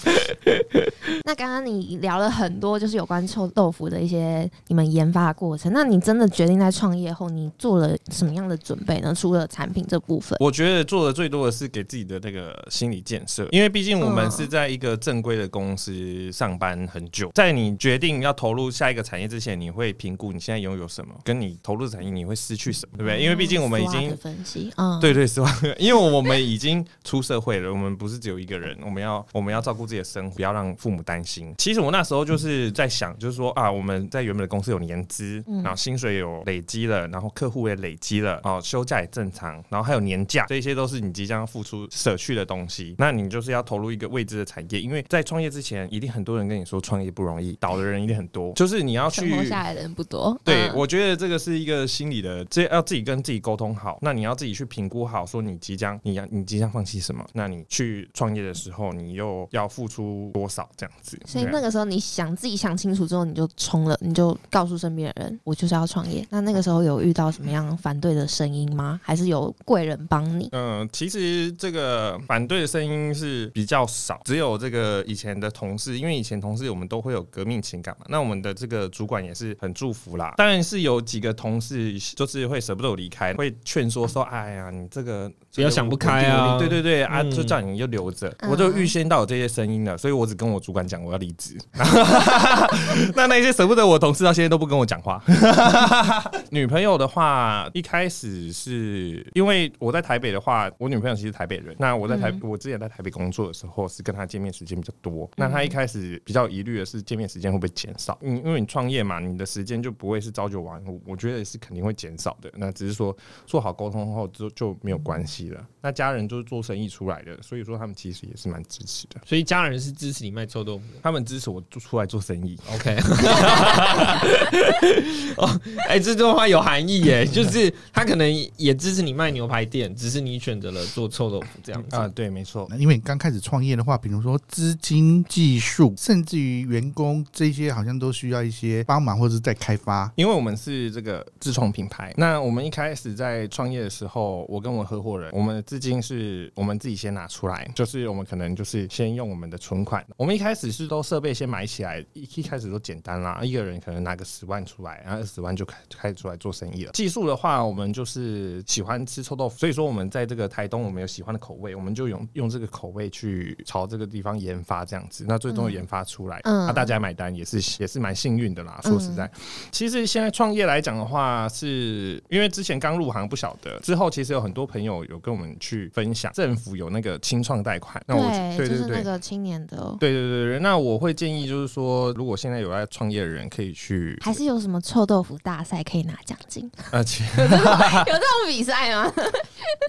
[SPEAKER 2] 那刚刚你聊了很多，就是有关臭豆腐的一些你们研发的过程。那你真的决定在创业后，你做了什么样的准备呢？除了产品这部分，
[SPEAKER 4] 我觉得做的最多的是给自己的那个心理建设，因为毕竟我
[SPEAKER 3] 嗯
[SPEAKER 4] 们是在一个正规的公司上班很久，在你决定要投入下一个产业之前，你会评估你现在拥有什么，跟你投入的产业你会失去什么，对不对？因为毕竟我们已经
[SPEAKER 2] 嗯的分析啊，嗯，
[SPEAKER 4] 对对，十万个， 因为我们已经出社会了，我们不是只有一个人，我们要我们要照顾自己的生活，不要让父母担心。其实我那时候就是在想，就是说啊，我们在原本的公司有年资，
[SPEAKER 2] 嗯
[SPEAKER 4] 然后薪水有累积了，然后客户也累积了，哦，休假也正常，然后还有年假，这些都是你即将要付出舍去的东西。那你就是要投入一个未知的产业，因为在创业之前，一定很多人跟你说创业不容易，倒的人一定很多，就是你要
[SPEAKER 2] 存
[SPEAKER 4] 去
[SPEAKER 2] 活下来的人不多。
[SPEAKER 4] 对，
[SPEAKER 2] 嗯
[SPEAKER 4] 我觉得这个是一个心理的，这要自己跟自己沟通好。那你要自己去评估好，说你即将你要你即将放弃什么，那你去创业的时候，你又要付出多少这样子。
[SPEAKER 2] 所以
[SPEAKER 4] 对啊
[SPEAKER 2] 那个时候你想自己想清楚之后，你就冲了，你就告诉身边的人，我就是要创业。那那个时候有遇到什么样反对的声音吗？还是有贵人帮你？
[SPEAKER 4] 嗯，其实这个反对的声音是比较少，只有这个以前的同事，因为以前同事我们都会有革命情感嘛，那我们的这个主管也是很祝福啦。当然是有几个同事就是会舍不得我离开，会劝说说：“哎呀，你这个
[SPEAKER 1] 不要想不开啊
[SPEAKER 4] 对对对啊，
[SPEAKER 1] 嗯
[SPEAKER 4] 就叫你就留着。
[SPEAKER 2] 嗯
[SPEAKER 4] 我就预先到有这些声音了，所以我只跟我主管讲我要离职。 那那些舍不得我的同事到现在都不跟我讲话。女朋友的话，一开始是因为我在台北的话，我女朋友其实是台北人。那我在台，
[SPEAKER 2] 嗯
[SPEAKER 4] 我之前在台北工作的时候，是跟她见面时间比较多。那她一开始比较疑虑的是见面时间会不会减少？你因为你创业嘛，你的时间就不会是朝九晚五，我觉得是肯定会减少的。那只是说做好沟通后就就没有关系了。那家人就是做生意出来的，所以说他们其实也是蛮支持 的，
[SPEAKER 1] 所以家人是支持你卖臭豆腐的。
[SPEAKER 4] 他们支持我做出来做生意。
[SPEAKER 1] OK，哦，哎、这段话有含义耶，就是他可能也支持你卖牛排店，只是你选择了做臭豆腐这样子。
[SPEAKER 4] 啊，对，没错。
[SPEAKER 3] 那因为你刚开始创业的话，比如说资金、技术，甚至于员工这些，好像都需要一些帮忙或者是在开发。
[SPEAKER 4] 因为我们是这个自创品牌，那我们一开始在创业的时候，我跟我合伙人，我们的资金是我们自己先拿出来，就是我们可能就是先用我们的存款，我们一开始是都设备先买起来，一一开始都简单啦，一个人可能拿个十万出来，然后二十万就开就开始出来做生意了。技术的话，我们就是喜欢吃臭豆腐，所以说我们在这个台东我们有喜欢的口味，我们就用用这个口味去朝这个地方研发这样子，那最终研发出来，
[SPEAKER 2] 嗯
[SPEAKER 4] 那、大家买单也是也是蛮幸运的啦，说实在。其实现在创业来讲的话是，因为之前刚入行不晓得，之后其实有很多朋友有跟我们去分享，政府有那个清创贷款，那我对
[SPEAKER 2] 就
[SPEAKER 4] 对
[SPEAKER 2] 是那
[SPEAKER 4] 对。
[SPEAKER 2] 个青年的，
[SPEAKER 4] 对对对对，那我会建议就是说，如果现在有在创业的人，可以去
[SPEAKER 2] 还是有什么臭豆腐大赛可以拿奖 金？
[SPEAKER 4] 呃，其
[SPEAKER 2] 有这种比赛 吗？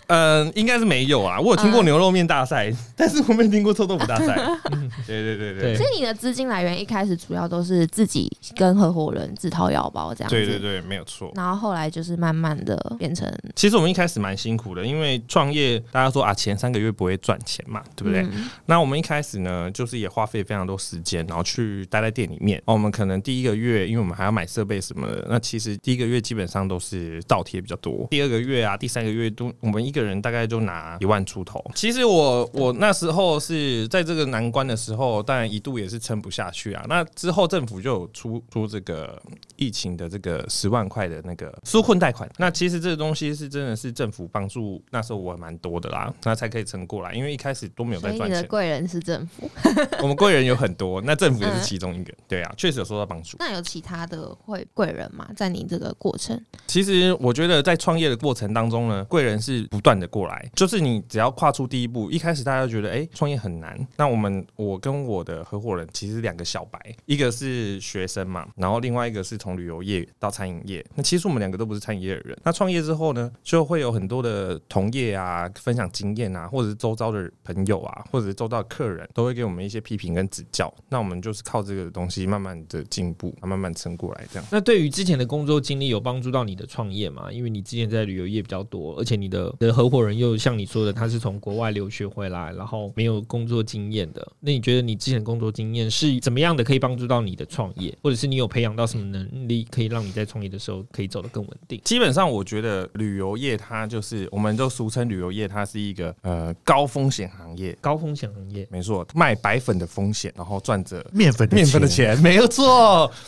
[SPEAKER 4] 嗯，应该是没有啊。我有听过
[SPEAKER 2] 嗯
[SPEAKER 4] 牛肉面 大赛，但是我没听过臭豆腐大赛。嗯对对对对
[SPEAKER 1] 对
[SPEAKER 2] 所以你的资金来源一开始主要都是自己跟合伙人自掏腰包这样子，
[SPEAKER 4] 对对对，没有错。
[SPEAKER 2] 然后后来就是慢慢的变成，
[SPEAKER 4] 其实我们一开始蛮辛苦的，因为创业大家说啊，前三个月不会赚钱嘛，对不对？
[SPEAKER 2] 嗯
[SPEAKER 4] 那我们一开始呢，就是也花费非常多时间，然后去待在店里面。哦，我们可能第一个月，因为我们还要买设备什么的，那其实第一个月基本上都是倒贴比较多。第二个月啊，第三个月都，我们一个人大概就拿一万出头。其实我我那时候是在这个难关的时候，当然一度也是撑不下去啊。那之后政府就有出出这个疫情的这个十万块的那个纾困贷款。那其实这个东西是真的是政府帮助，那时候我还蛮多的啦，那才可以撑过来，因为一开始都没有
[SPEAKER 2] 所
[SPEAKER 4] 在
[SPEAKER 2] 以
[SPEAKER 4] 赚
[SPEAKER 2] 你
[SPEAKER 4] 钱
[SPEAKER 2] 的。贵人是政府，
[SPEAKER 4] 我们贵人有很多，那政府也是其中一个。对啊，确实有受到帮助。
[SPEAKER 2] 那有其他的会贵人人吗？在你这个过程，
[SPEAKER 4] 其实我觉得在创业的过程当中呢，贵人是不断的过来，就是你只要跨出第一步，一开始大家觉得哎，诶创、业很难。那我们我跟我的合伙人其实两个小白，一个是学生嘛，然后另外一个是从旅游业到餐饮业。那其实我们两个都不是餐饮业的人。那创业之后呢，就会有很多的同业啊，分享经验啊，或者是周遭的朋友啊，或者是周遭的客人，都会给我们一些批评跟指教。那我们就是靠这个东西慢慢的进步，慢慢撑过来这样。
[SPEAKER 1] 那对于之前的工作经历有帮助到你的创业吗？因为你之前在旅游业比较多，而且你的的合伙人又像你说的，他是从国外留学回来，然后没有工作经验的。那你觉得你之前的工作经验是怎么样的，可以帮助到你的创业，或者是你有培养到什么能力，可以让你在创业的时候可以走得更稳定？
[SPEAKER 4] 基本上，我觉得旅游业它就是，我们都俗称旅游业，它是一个呃高风险行业。
[SPEAKER 1] 高风险行业，
[SPEAKER 4] 没错，卖白粉的风险，然后赚着
[SPEAKER 2] 嗯
[SPEAKER 3] 面粉
[SPEAKER 4] 面粉的，钱，没有错。
[SPEAKER 1] 哎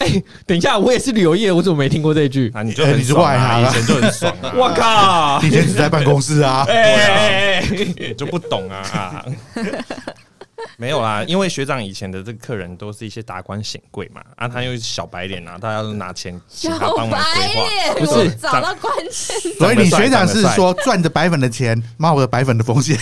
[SPEAKER 1] 等一下，我也是旅游业，我怎么没听过这句？
[SPEAKER 4] 啊，你就很爽啊，
[SPEAKER 3] 哎你是外行啊
[SPEAKER 4] 以前就很爽啊，
[SPEAKER 1] 我靠！，
[SPEAKER 3] 以前只在办公室啊
[SPEAKER 1] 哎、哎哎
[SPEAKER 4] 你就不懂啊啊。没有啦，因为学长以前的这个客人都是一些达官显贵嘛，啊，他又是小白脸啊，大家都拿钱请
[SPEAKER 2] 小
[SPEAKER 4] 他帮
[SPEAKER 2] 白
[SPEAKER 4] 忙规划，
[SPEAKER 2] 脸，
[SPEAKER 4] 不是
[SPEAKER 2] 我找
[SPEAKER 4] 长
[SPEAKER 2] 到关键字。
[SPEAKER 3] 所以你
[SPEAKER 4] 长得帅
[SPEAKER 3] 学长是
[SPEAKER 4] 长得帅
[SPEAKER 3] 说赚着白粉的钱，冒着白粉的 风险，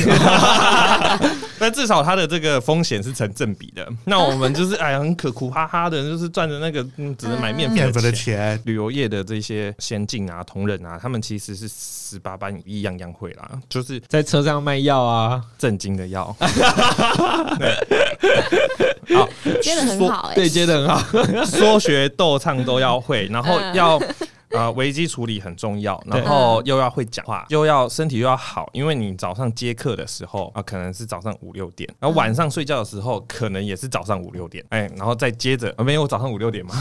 [SPEAKER 4] 那至少它的这个风险是成正比的。那我们就是 哎呀，很可苦哈哈的，就是赚着那个嗯，只能买面
[SPEAKER 3] 面
[SPEAKER 4] 粉
[SPEAKER 3] 粉的
[SPEAKER 4] 的钱。
[SPEAKER 3] 钱。
[SPEAKER 4] 旅游业的这些先进啊、同仁啊，他们其实是十八般武艺样样会啦，就是
[SPEAKER 1] 在车上卖药啊，
[SPEAKER 4] 正经的 要。
[SPEAKER 2] 接的很好哎、
[SPEAKER 1] 对，接的很好。欸
[SPEAKER 4] 说学逗唱都要会，然后
[SPEAKER 2] 嗯
[SPEAKER 4] 要。呃，危机处理很重要，然后又要会讲话，又要身体又要好，因为你早上接课的时候啊、可能是早上五六点，然后晚上睡觉的时候，可能也是早上五六点，哎、然后再接着、啊没有我早上五六点嘛，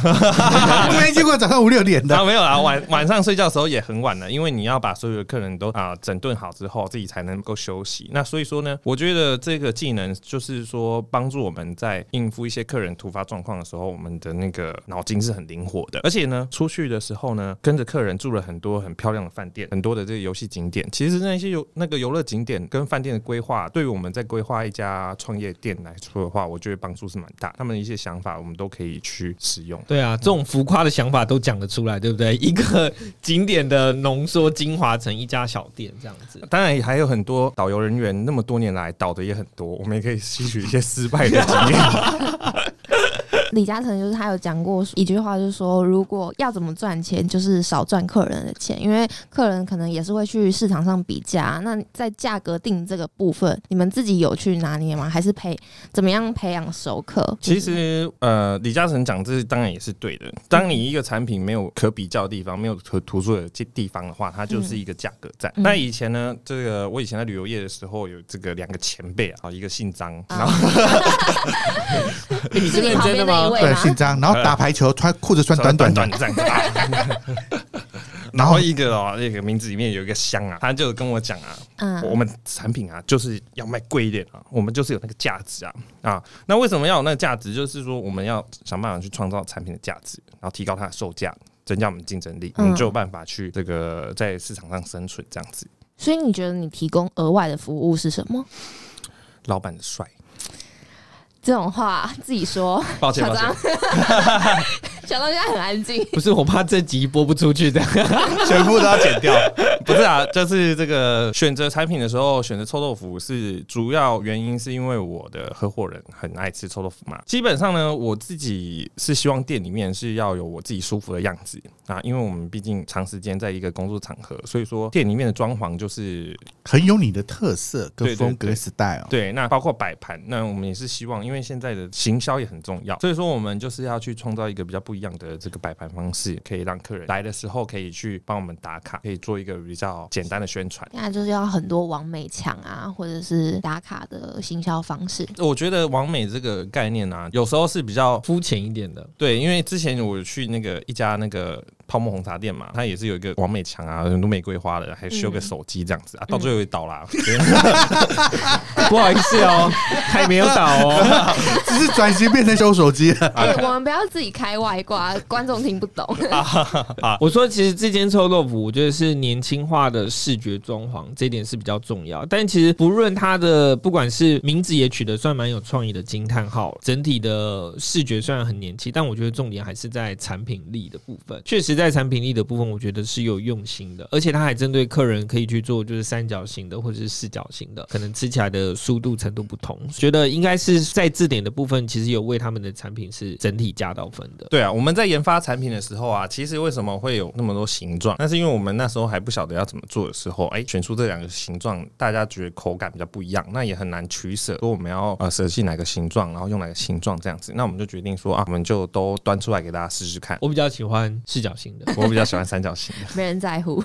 [SPEAKER 3] 你没见过早上五六点
[SPEAKER 4] 然后
[SPEAKER 3] 的，
[SPEAKER 4] 啊没有啦，晚晚上睡觉的时候也很晚了，因为你要把所有的客人都啊、整顿好之后，自己才能够休息。那所以说呢，我觉得这个技能就是说帮助我们在应付一些客人突发状况的时候，我们的那个脑筋是很灵活的。而且呢，出去的时候呢，跟着客人住了很多很漂亮的饭店，很多的这个游戏景点。其实那些游那个游乐景点跟饭店的规划，对于我们在规划一家创业店来说的话，我觉得帮助是蛮大。他们的一些想法，我们都可以去使用。
[SPEAKER 1] 对啊，这种浮夸的想法都讲得出来，对不对？一个景点的浓缩精华成一家小店这样 子。
[SPEAKER 4] 当然，还有很多导游人员，那么多年来导的也很多，我们也可以吸取一些失败的 经验。
[SPEAKER 2] 李嘉诚就是他有讲过一句话，就是说如果要怎么赚钱，就是少赚客人的钱，因为客人可能也是会去市场上比价。那在价格定这个部分，你们自己有去拿捏吗？还是培怎么样培养熟客？
[SPEAKER 4] 其实，呃，李嘉诚讲这当然也是对的。当你一个产品没有可比较的地方，没有可突出的地方的话，它就是一个价格战。
[SPEAKER 2] 嗯
[SPEAKER 4] 那以前呢，这个我以前在旅游业的时候，有这个两个前辈啊，一个姓张，
[SPEAKER 2] 啊
[SPEAKER 4] 然后
[SPEAKER 1] 你
[SPEAKER 2] 是你旁边那一？位
[SPEAKER 3] 对，
[SPEAKER 2] 吗？
[SPEAKER 3] 姓张，然后打排球穿裤子穿 短短的，
[SPEAKER 4] 短暂的。啊 然后一个哦，那个名字里面有一个香啊，他就跟我讲啊，我
[SPEAKER 2] 嗯，
[SPEAKER 4] 们产品啊，就是要卖贵一点啊，我们就是有那个价值啊啊。那为什么要有那个价值？就是说我们要想办法去创造产品的价值，然后提高它的售价，增加我们竞争力，我
[SPEAKER 2] 嗯
[SPEAKER 4] 们就有办法去这个在市场上生存。这样子，
[SPEAKER 2] 所以你觉得你提供额外的服务是什么？
[SPEAKER 4] 老板的帅，
[SPEAKER 2] 这种话 自己说，
[SPEAKER 4] 抱歉
[SPEAKER 2] 小
[SPEAKER 4] 抱
[SPEAKER 2] 张
[SPEAKER 4] 歉，，
[SPEAKER 2] 小张现在很安静。
[SPEAKER 1] 不是，我怕这集播不出去的。
[SPEAKER 4] 全部都要剪掉。不是啊，就是这个选择产品的时候，选择臭豆腐是主要原因，是因为我的合伙人很爱吃臭豆腐嘛。基本上呢，我自己是希望店里面是要有我自己舒服的样子啊，因为我们毕竟长时间在一个工作场合，所以说店里面的装潢就是
[SPEAKER 3] 很有你的特色跟
[SPEAKER 4] 对对
[SPEAKER 3] 风格
[SPEAKER 4] 对
[SPEAKER 3] style。
[SPEAKER 4] 对，那包括摆盘，那我们也是希望，因为现在的行销也很重要，所以说我们就是要去创造一个比较不一样的这个摆盘方式，可以让客人来的时候可以去帮我们打卡，可以做一个比较简单的宣传。
[SPEAKER 2] 现在就是要很多完美墙啊，或者是打卡的行销方式。
[SPEAKER 4] 我觉得完美这个概念啊，有时候是比较
[SPEAKER 1] 肤浅一点的，
[SPEAKER 4] 对，因为之前我去那个一家那个泡沫红茶店嘛，它也是有一个完美墙啊，很多玫瑰花的，还修个手机这样子、啊，到最后也倒啦。
[SPEAKER 1] 不好意思哦，还没有倒哦。
[SPEAKER 3] 只是转型变成修手机了。
[SPEAKER 4] 啊
[SPEAKER 2] 哎、我们不要自己开外挂，观众听不 懂。
[SPEAKER 1] 我说，其实这间臭豆腐，我觉得是年轻化的视觉装潢，这一点是比较重要。但其实不论它的，不管是名字也取得算蛮有创意的惊叹号，整体的视觉虽然很年轻，但我觉得重点还是在产品力的部分。确实，在产品力的部分，我觉得是有用心的，而且它还针对客人可以去做，就是三角形的或者是四角形的，可能吃起来的速度程度不同。觉得应该是在字典的部分，其实有为他们的产品是整体加到分的。
[SPEAKER 4] 对啊，我们在研发产品的时候啊，其实为什么会有那么多形状？那是因为我们那时候还不晓得要怎么做的时候，哎、选出这两个形状，大家觉得口感比较不一样，那也很难取舍，说我们要呃舍弃哪个形状，然后用哪个形状这样子。那我们就决定说啊，我们就都端出来给大家试试看。
[SPEAKER 1] 我比较喜欢四角形的，
[SPEAKER 4] 我比较喜欢三角形的。
[SPEAKER 2] 没人在乎。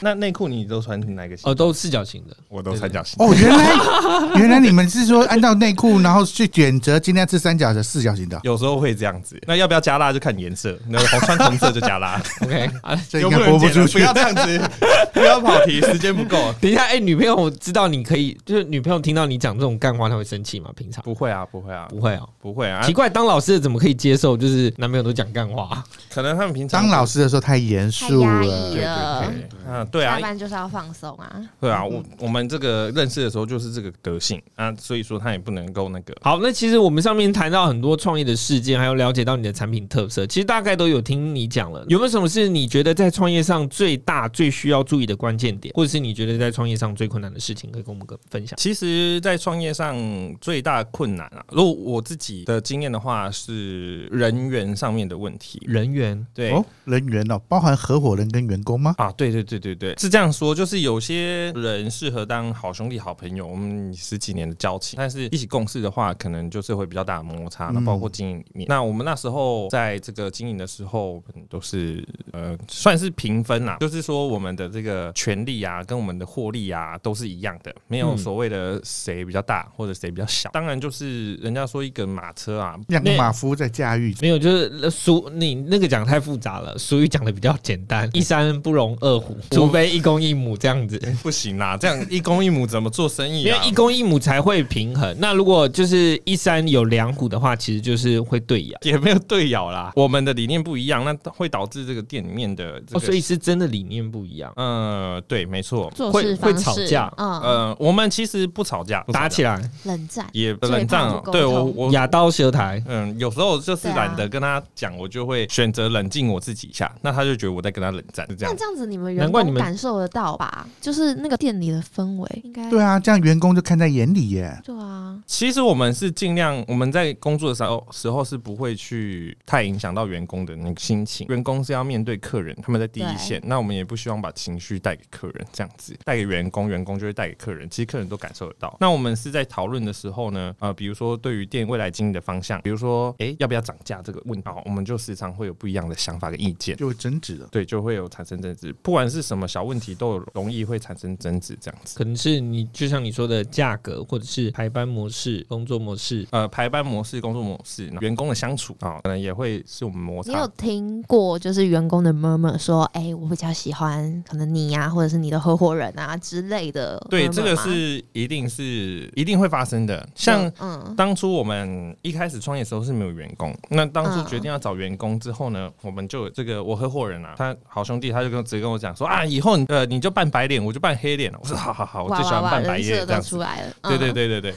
[SPEAKER 4] 那内裤你都穿哪个形？
[SPEAKER 1] 哦，都是四角形的。
[SPEAKER 4] 我都三角形。
[SPEAKER 3] 呃哦，原来原来你们是说按照内裤，然后去选择今天是三角的、四角形的，
[SPEAKER 4] 有时候会这样子，那要不要加辣就看颜色。那红穿红色就加辣，
[SPEAKER 1] OK，啊，
[SPEAKER 3] 这
[SPEAKER 4] 又
[SPEAKER 3] 应该
[SPEAKER 4] 能
[SPEAKER 3] 播不
[SPEAKER 4] 剪了
[SPEAKER 3] 出
[SPEAKER 4] 不
[SPEAKER 3] 去。
[SPEAKER 4] 要 这样子，不要跑题，时间不够。
[SPEAKER 1] 等一下，哎、女朋友知道你可以，就是女朋友听到你讲这种干话，她会生气吗？平常
[SPEAKER 4] 不会啊，不会啊，
[SPEAKER 1] 不会哦。
[SPEAKER 4] 不会 啊
[SPEAKER 1] 奇，怪，当老师的怎么可以接受？就是男朋友都讲干话，
[SPEAKER 4] 可能他们平常
[SPEAKER 3] 当老师的时候太严肃
[SPEAKER 2] 太压抑
[SPEAKER 3] 了
[SPEAKER 2] 了。了
[SPEAKER 4] 对对对嗯，对
[SPEAKER 2] 下
[SPEAKER 4] 啊，
[SPEAKER 2] 班就是要放松啊，
[SPEAKER 4] 对啊，我我们这个认识的时候就是这个德性啊，所以说他也不能够那个。
[SPEAKER 1] 好，那其实我们上面谈到很多创业的事件，还有了解到你的产品特色，其实大概都有听你讲了。有没有什么是你觉得在创业上最大、最需要注意的关键点，或者是你觉得在创业上最困难的事情，可以跟我们个分享？
[SPEAKER 4] 其实，在创业上最大的困难啊，如果我自己的经验的话，是人员上面的问题。
[SPEAKER 1] 人员
[SPEAKER 4] 对，
[SPEAKER 3] 哦，人员哦，包含合伙人跟员工吗？
[SPEAKER 4] 啊，对对对对对，是这样说，就是有些人适合当好兄弟、好朋友，我们十几年的交情，但是一起共事的话，可能就是会比较大的摩擦，那
[SPEAKER 1] 嗯
[SPEAKER 4] 包括经营里面。那我们那时候在这个经营的时候，我们都是呃算是平分啦，就是说我们的这个权利啊，跟我们的获利啊都是一样的，没有
[SPEAKER 1] 嗯
[SPEAKER 4] 所谓的谁比较大或者谁比较小。当然，就是人家说一个马车啊，
[SPEAKER 3] 两个
[SPEAKER 1] 那
[SPEAKER 3] 马夫在驾驭，
[SPEAKER 1] 没有，就是呃俗你那个讲太复杂了，俗语讲的比较简单，一山不容二 虎，除非一公一母这 样子。
[SPEAKER 4] 不行啦，这样一公一母怎么做生意
[SPEAKER 1] 因为
[SPEAKER 4] 啊？
[SPEAKER 1] 一公一母才会平衡。那如果就是一山有两虎的话，其实就是会对咬。
[SPEAKER 4] 也没有对咬啦，我们的理念不一样，那会导致这个店里面的这个，
[SPEAKER 1] 哦，所以是真的理念不一样，
[SPEAKER 4] 呃，对，没错，
[SPEAKER 2] 做
[SPEAKER 1] 会
[SPEAKER 2] 事
[SPEAKER 1] 会
[SPEAKER 2] 方
[SPEAKER 1] 吵
[SPEAKER 2] 式
[SPEAKER 1] 架
[SPEAKER 2] 嗯，
[SPEAKER 4] 呃，我们其实不吵架，
[SPEAKER 1] 打起
[SPEAKER 4] 来
[SPEAKER 1] 来
[SPEAKER 2] 冷战。
[SPEAKER 4] 也
[SPEAKER 2] 最怕
[SPEAKER 4] 冷战啊
[SPEAKER 2] 不沟，
[SPEAKER 4] 对我
[SPEAKER 2] 通
[SPEAKER 4] 我
[SPEAKER 1] 牙刀舌苔。
[SPEAKER 4] 嗯，有时候就是
[SPEAKER 2] 对啊
[SPEAKER 4] 懒得跟他讲，我就会选择冷静我自己一下，那他就觉得我在跟他冷战，是这
[SPEAKER 2] 那
[SPEAKER 4] 样。
[SPEAKER 2] 这样子，你们
[SPEAKER 1] 难
[SPEAKER 2] 员
[SPEAKER 1] 怪你
[SPEAKER 2] 工
[SPEAKER 1] 们
[SPEAKER 2] 感受得到吧？就是那个店里的氛围，应该
[SPEAKER 3] 对啊，这样员工就看在眼里耶。
[SPEAKER 2] 对啊，
[SPEAKER 4] 其实我们是尽量我们在工作的时候时候是不会去太影响到员工的那个心情，员工是要面对客人，他们在第一
[SPEAKER 2] 对
[SPEAKER 4] 线，那我们也不希望把情绪带给客人，这样子带给员工，员工就会带给客人，其实客人都感受得到。那我们是在讨论的时候呢，呃，比如说对于店未来经营的方向，比如说诶要不要涨价这个问题，哦我们就时常会有不一样的想法跟意见。
[SPEAKER 3] 就争执 了。
[SPEAKER 4] 对，就会有产生争执，不管是什么小问题，都有容易会产生争执这样子。
[SPEAKER 1] 可能是你就像你说的价格，或者是排班模式、工作模式，
[SPEAKER 4] 呃排班模式、工作模式、员工的相处啊、可能也会是我们摩
[SPEAKER 2] 你有
[SPEAKER 4] 擦。
[SPEAKER 2] 听过就是员工的 murmur 说，哎、我比较喜欢可能你啊，或者是你的合伙人啊之类的 murmur 吗。
[SPEAKER 4] 对，这个是一定是一定会发生的。像
[SPEAKER 2] 嗯，
[SPEAKER 4] 当初我们一开始创业的时候是没有员工，那当
[SPEAKER 2] 嗯
[SPEAKER 4] 初决定要找员工之后呢，我们就有这个我合伙人啊，他好兄弟，他就跟直接跟我讲说啊，以后你呃你就扮白脸，我就扮黑脸了。我说好好好，我
[SPEAKER 2] 哇
[SPEAKER 4] 最喜
[SPEAKER 2] 哇
[SPEAKER 4] 欢
[SPEAKER 2] 哇，
[SPEAKER 4] 扮
[SPEAKER 2] 人
[SPEAKER 4] 白脸
[SPEAKER 2] 设
[SPEAKER 4] 这样
[SPEAKER 2] 都
[SPEAKER 4] 子
[SPEAKER 2] 出。来了。
[SPEAKER 4] 对对
[SPEAKER 2] 嗯，
[SPEAKER 4] 对对 对。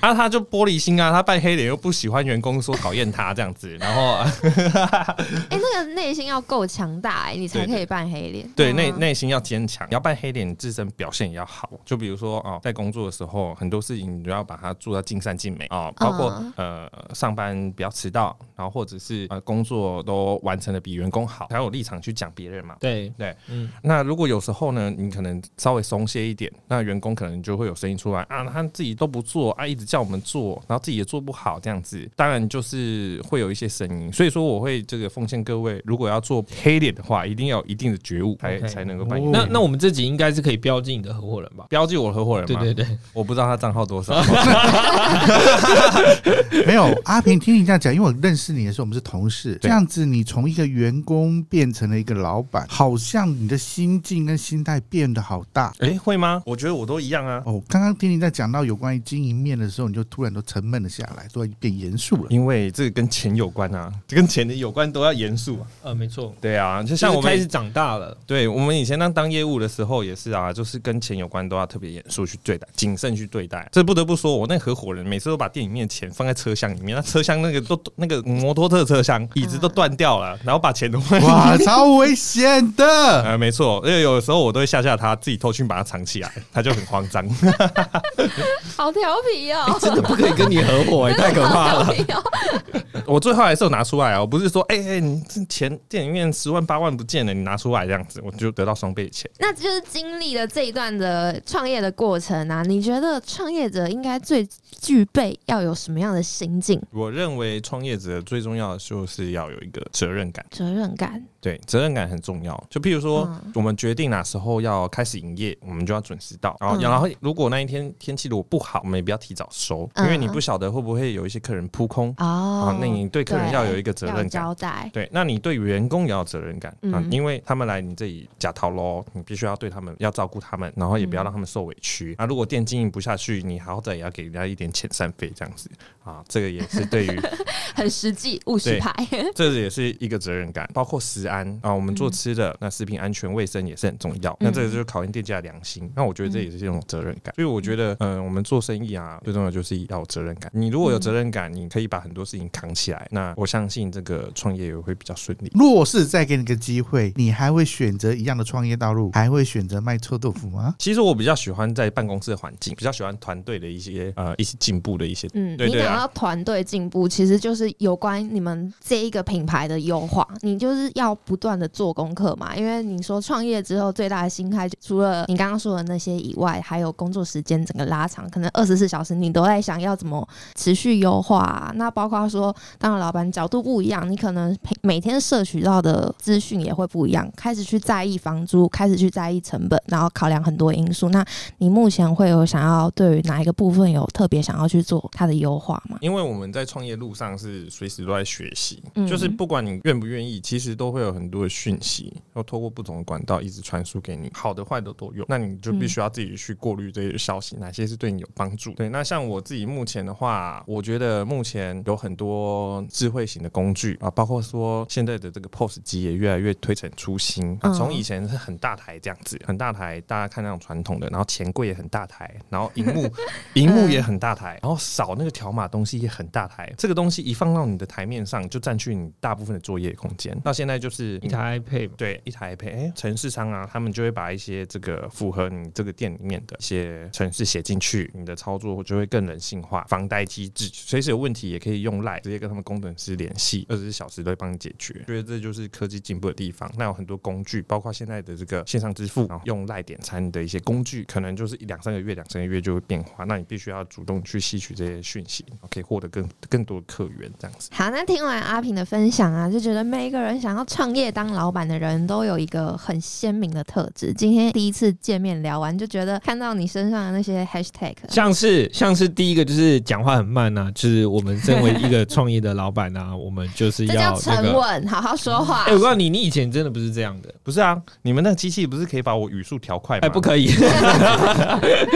[SPEAKER 4] 啊，他就玻璃心啊，他扮黑脸又不喜欢员工说讨厌他这样子，然后
[SPEAKER 2] 哎、那个内心要够强大、哎，你才可以扮黑脸。嗯
[SPEAKER 4] 对内
[SPEAKER 2] 那
[SPEAKER 4] 内心要坚强，你要扮黑脸，你自身表现也要好。就比如说哦，在工作的时候，很多事情你都要把它做到尽善尽美啊、哦，包括、呃上班不要迟到，然后或者是呃工作都完成的比员工好，才有立场去讲别人嘛。
[SPEAKER 1] 对
[SPEAKER 4] 对，
[SPEAKER 1] 嗯，
[SPEAKER 4] 那如果有时候呢，你可能稍微松懈一点，那员工可能就会有声音出来啊，他自己都不做啊，一直叫我们做，然后自己也做不好这样子，当然就是会有一些声音。所以说，我会这个奉劝各位，如果要做黑脸的话，一定要有一定的觉悟，才
[SPEAKER 1] OK
[SPEAKER 4] 才能够扮演。
[SPEAKER 3] 哦
[SPEAKER 1] 那那我们这集应该是可以标记你的合伙人吧？
[SPEAKER 4] 标记我的合伙人
[SPEAKER 1] 对
[SPEAKER 4] 嘛，
[SPEAKER 1] 对对，
[SPEAKER 4] 我不知道他账号多少，
[SPEAKER 3] 没有阿平，听你这样讲，因为我认识你的时候我们是同事，这样子你从一个员工变成了一个老板，好像你的心境跟心态变得好大。
[SPEAKER 4] 哎、会吗？我觉得我都一样啊。
[SPEAKER 3] 哦，刚刚听你在讲到有关于经营面的时候，你就突然都沉闷了下来，突然变严肃 了。
[SPEAKER 4] 因为这个跟钱有关啊，这跟钱的有关都要严肃啊。
[SPEAKER 1] 呃，没错，
[SPEAKER 4] 对啊，就
[SPEAKER 1] 就
[SPEAKER 4] 像
[SPEAKER 1] 是
[SPEAKER 4] 我
[SPEAKER 1] 开
[SPEAKER 4] 们
[SPEAKER 1] 始长大了，
[SPEAKER 4] 对，我们以前当当业务的时候也是啊，就是跟钱有关都要特别严肃去对待，谨慎去对待。这不得不说，我那合伙人每次都把店里面的钱放在车厢里面，那车厢那个都那个摩托车车厢椅子都断掉了，然后把钱都 放。
[SPEAKER 3] 哇，超危险的！
[SPEAKER 4] 呃，没错，因为有时候我都会吓吓他，自己偷去把它藏起来，他就很慌张。
[SPEAKER 2] 好调皮哦、
[SPEAKER 1] 哎真的不可以跟你合 伙、欸，太可怕了。
[SPEAKER 2] 好调皮哦、
[SPEAKER 4] 我最后还是有拿出来啊，我不是说，哎、哎、你这钱店里面十万八万不见了，你拿出来这样子，我就得到双倍的钱。
[SPEAKER 2] 那就是经历了这一段的创业的过程啊，你觉得创业者应该最具备要有什么样的心境、
[SPEAKER 4] 我认为创业者最重要的就是要有一个责任感。
[SPEAKER 2] 责任感？
[SPEAKER 4] 对，责任感很重要。就譬如说，
[SPEAKER 2] 嗯
[SPEAKER 4] 我们决定哪时候要开始营业，我们就要准时到。然后，
[SPEAKER 2] 嗯
[SPEAKER 4] 然后如果那一天天气如果不好，我们也不要提早收，因为
[SPEAKER 2] 嗯
[SPEAKER 4] 你不晓得会不会有一些客人扑空啊
[SPEAKER 2] 哦，。
[SPEAKER 4] 那你对客人
[SPEAKER 2] 对
[SPEAKER 4] 要有一个责
[SPEAKER 2] 要
[SPEAKER 4] 任
[SPEAKER 2] 有
[SPEAKER 4] 感。
[SPEAKER 2] 交代，
[SPEAKER 4] 对，那你对员工也要有责任感、啊
[SPEAKER 2] 嗯，
[SPEAKER 4] 因为他们来你这里假逃喽，你必须要对他们要照顾他们，然后也不要让他们受委
[SPEAKER 2] 嗯
[SPEAKER 4] 屈。啊，如果店经营不下去，你好歹也要给人家一点遣散费这样子啊，这个也是对于
[SPEAKER 2] 很实际务实
[SPEAKER 4] 对
[SPEAKER 2] 派。
[SPEAKER 4] 这也是一个责任感，包括食安啊，我们做吃的，那食品安全卫生也是很重要。那这个就是考验店家的良心，那我觉得这也是一种责任感。所以我觉得，嗯、我们做生意啊，最重要就是要有责任感。你如果有责任感，你可以把很多事情扛起来，那我相信这个创业也会比较顺利。
[SPEAKER 3] 若是再给你个机会，你还会选择一样的创业道路，还会选择卖臭豆腐吗？
[SPEAKER 4] 其实我比较喜欢在办公室的环境，比较喜欢团队的一些呃一起进步的一些。
[SPEAKER 2] 嗯，
[SPEAKER 4] 对
[SPEAKER 2] 你
[SPEAKER 4] 对
[SPEAKER 2] 讲
[SPEAKER 4] 啊
[SPEAKER 2] 到团队进步，其实就是有关你们这一个品牌的优化，你就是要不断的做功课嘛。因为你说创业之后最大的心态，除了你刚刚说的那些以外，还有工作时间整个拉长，可能二十四小时你都在想要怎么持续优化啊、那包括说，当然老板角度不一样，你可能每每天摄取到的资讯也会不一样，开始去在意房租，开始去在意成本，然后考量很多因素。那你目前会有想要对于哪一个部分有特别想要去做它的优化吗？
[SPEAKER 4] 因为我们在创业路上是随时都在学习，
[SPEAKER 2] 嗯
[SPEAKER 4] 就是不管你愿不愿意，其实都会有很多的讯息，要透过不同的管道一直传输给你，好的坏的
[SPEAKER 2] 嗯
[SPEAKER 4] 都有。那你就必须要自己去过滤这些消息，哪些是对你有帮助。对，那像我自己目前的话，我觉得目前有很多智慧型的工具啊，包括说现在的这个 POS 机也越来越推陈出新。啊
[SPEAKER 2] 嗯
[SPEAKER 4] 从、以前是很大台这样子，很大台，大家看那种传统的，然后钱柜也很大台，然后荧 幕荧幕也很大台，然后扫那个条码东西也很大台，这个东西一放到你的台面上，就占据你大部分的作业空间。到现在就是
[SPEAKER 1] 一。台 iPad 嘛，
[SPEAKER 4] 对，一台 iPad，哎、城市商啊，他们就会把一些这个符合你这个店里面的一些城市写进去，你的操作就会更人性化。防呆机制，随时有问题也可以用 Line 直接跟他们工程师联系，二十四小时都会帮你解决。觉得这就是科技进步的地方。那有很多工具，包括现在的这个线上支付，然后用 Line 点餐的一些工具，可能就是一两三个月、两三个月就会变化。那你必须要主动去吸取这些讯息，可以获得更更多的客源，这样子。
[SPEAKER 2] 好，那听完阿平的分享啊，就觉得每一个人想要创业当老板的人都有一个很鲜明的特质。今天第一次见面聊完，就觉得看到你身上的那些 hashtag，
[SPEAKER 1] 像是像是第一个就是讲话很慢呐、就是我们身为一个创业的老板呐、我们就是
[SPEAKER 2] 这叫
[SPEAKER 1] 要那
[SPEAKER 2] 沉
[SPEAKER 1] 个。
[SPEAKER 2] 稳，好好说话。
[SPEAKER 1] 哎、我告诉你，你以前真的不是这样的，
[SPEAKER 4] 不是啊，你们那个机器不是可以把我语速调快吗？
[SPEAKER 1] 哎、不可以。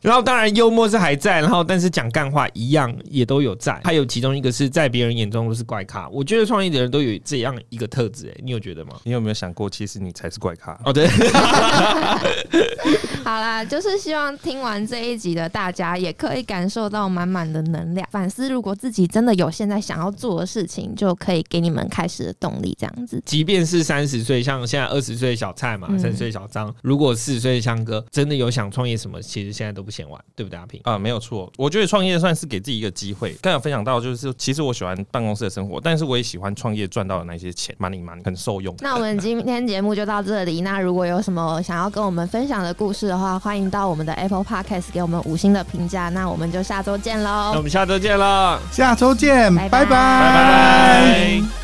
[SPEAKER 1] 然后当然幽默是还在，然后但是讲干话一样也都有在，还有其中一个是在别人眼中都是怪咖。我觉得创业的人都有这样一个特质，哎，你有觉得吗？
[SPEAKER 4] 你有没有想过，其实你才是怪咖？
[SPEAKER 1] 哦，对，
[SPEAKER 2] 好啦，就是希望听完这一集的大家也可以感受到满满的能量，反思如果自己真的有现在想要做的事情，就可以给你们开始的动力，这样子。
[SPEAKER 1] 即便是三十岁，像现在二十岁小蔡嘛，
[SPEAKER 2] 嗯
[SPEAKER 1] 三十岁小张，如果四十岁像哥真的有想创业什么，其实现在都不嫌晚，对不对，阿平？
[SPEAKER 4] 啊、没有错，我觉得创业算是给自己一个机会。刚才有分享到，就是其实我喜欢办公室的生活，但是我也喜欢创业赚到的那些钱，money money 很受用。
[SPEAKER 2] 那我们今天节目就到这里。 那如果有什么想要跟我们分享的故事的话，欢迎到我们的 Apple Podcast 给我们五星的评价。那我们就下周见喽，
[SPEAKER 1] 那我们下周见了，
[SPEAKER 3] 下周见，
[SPEAKER 2] 拜拜
[SPEAKER 3] 拜
[SPEAKER 4] 拜拜。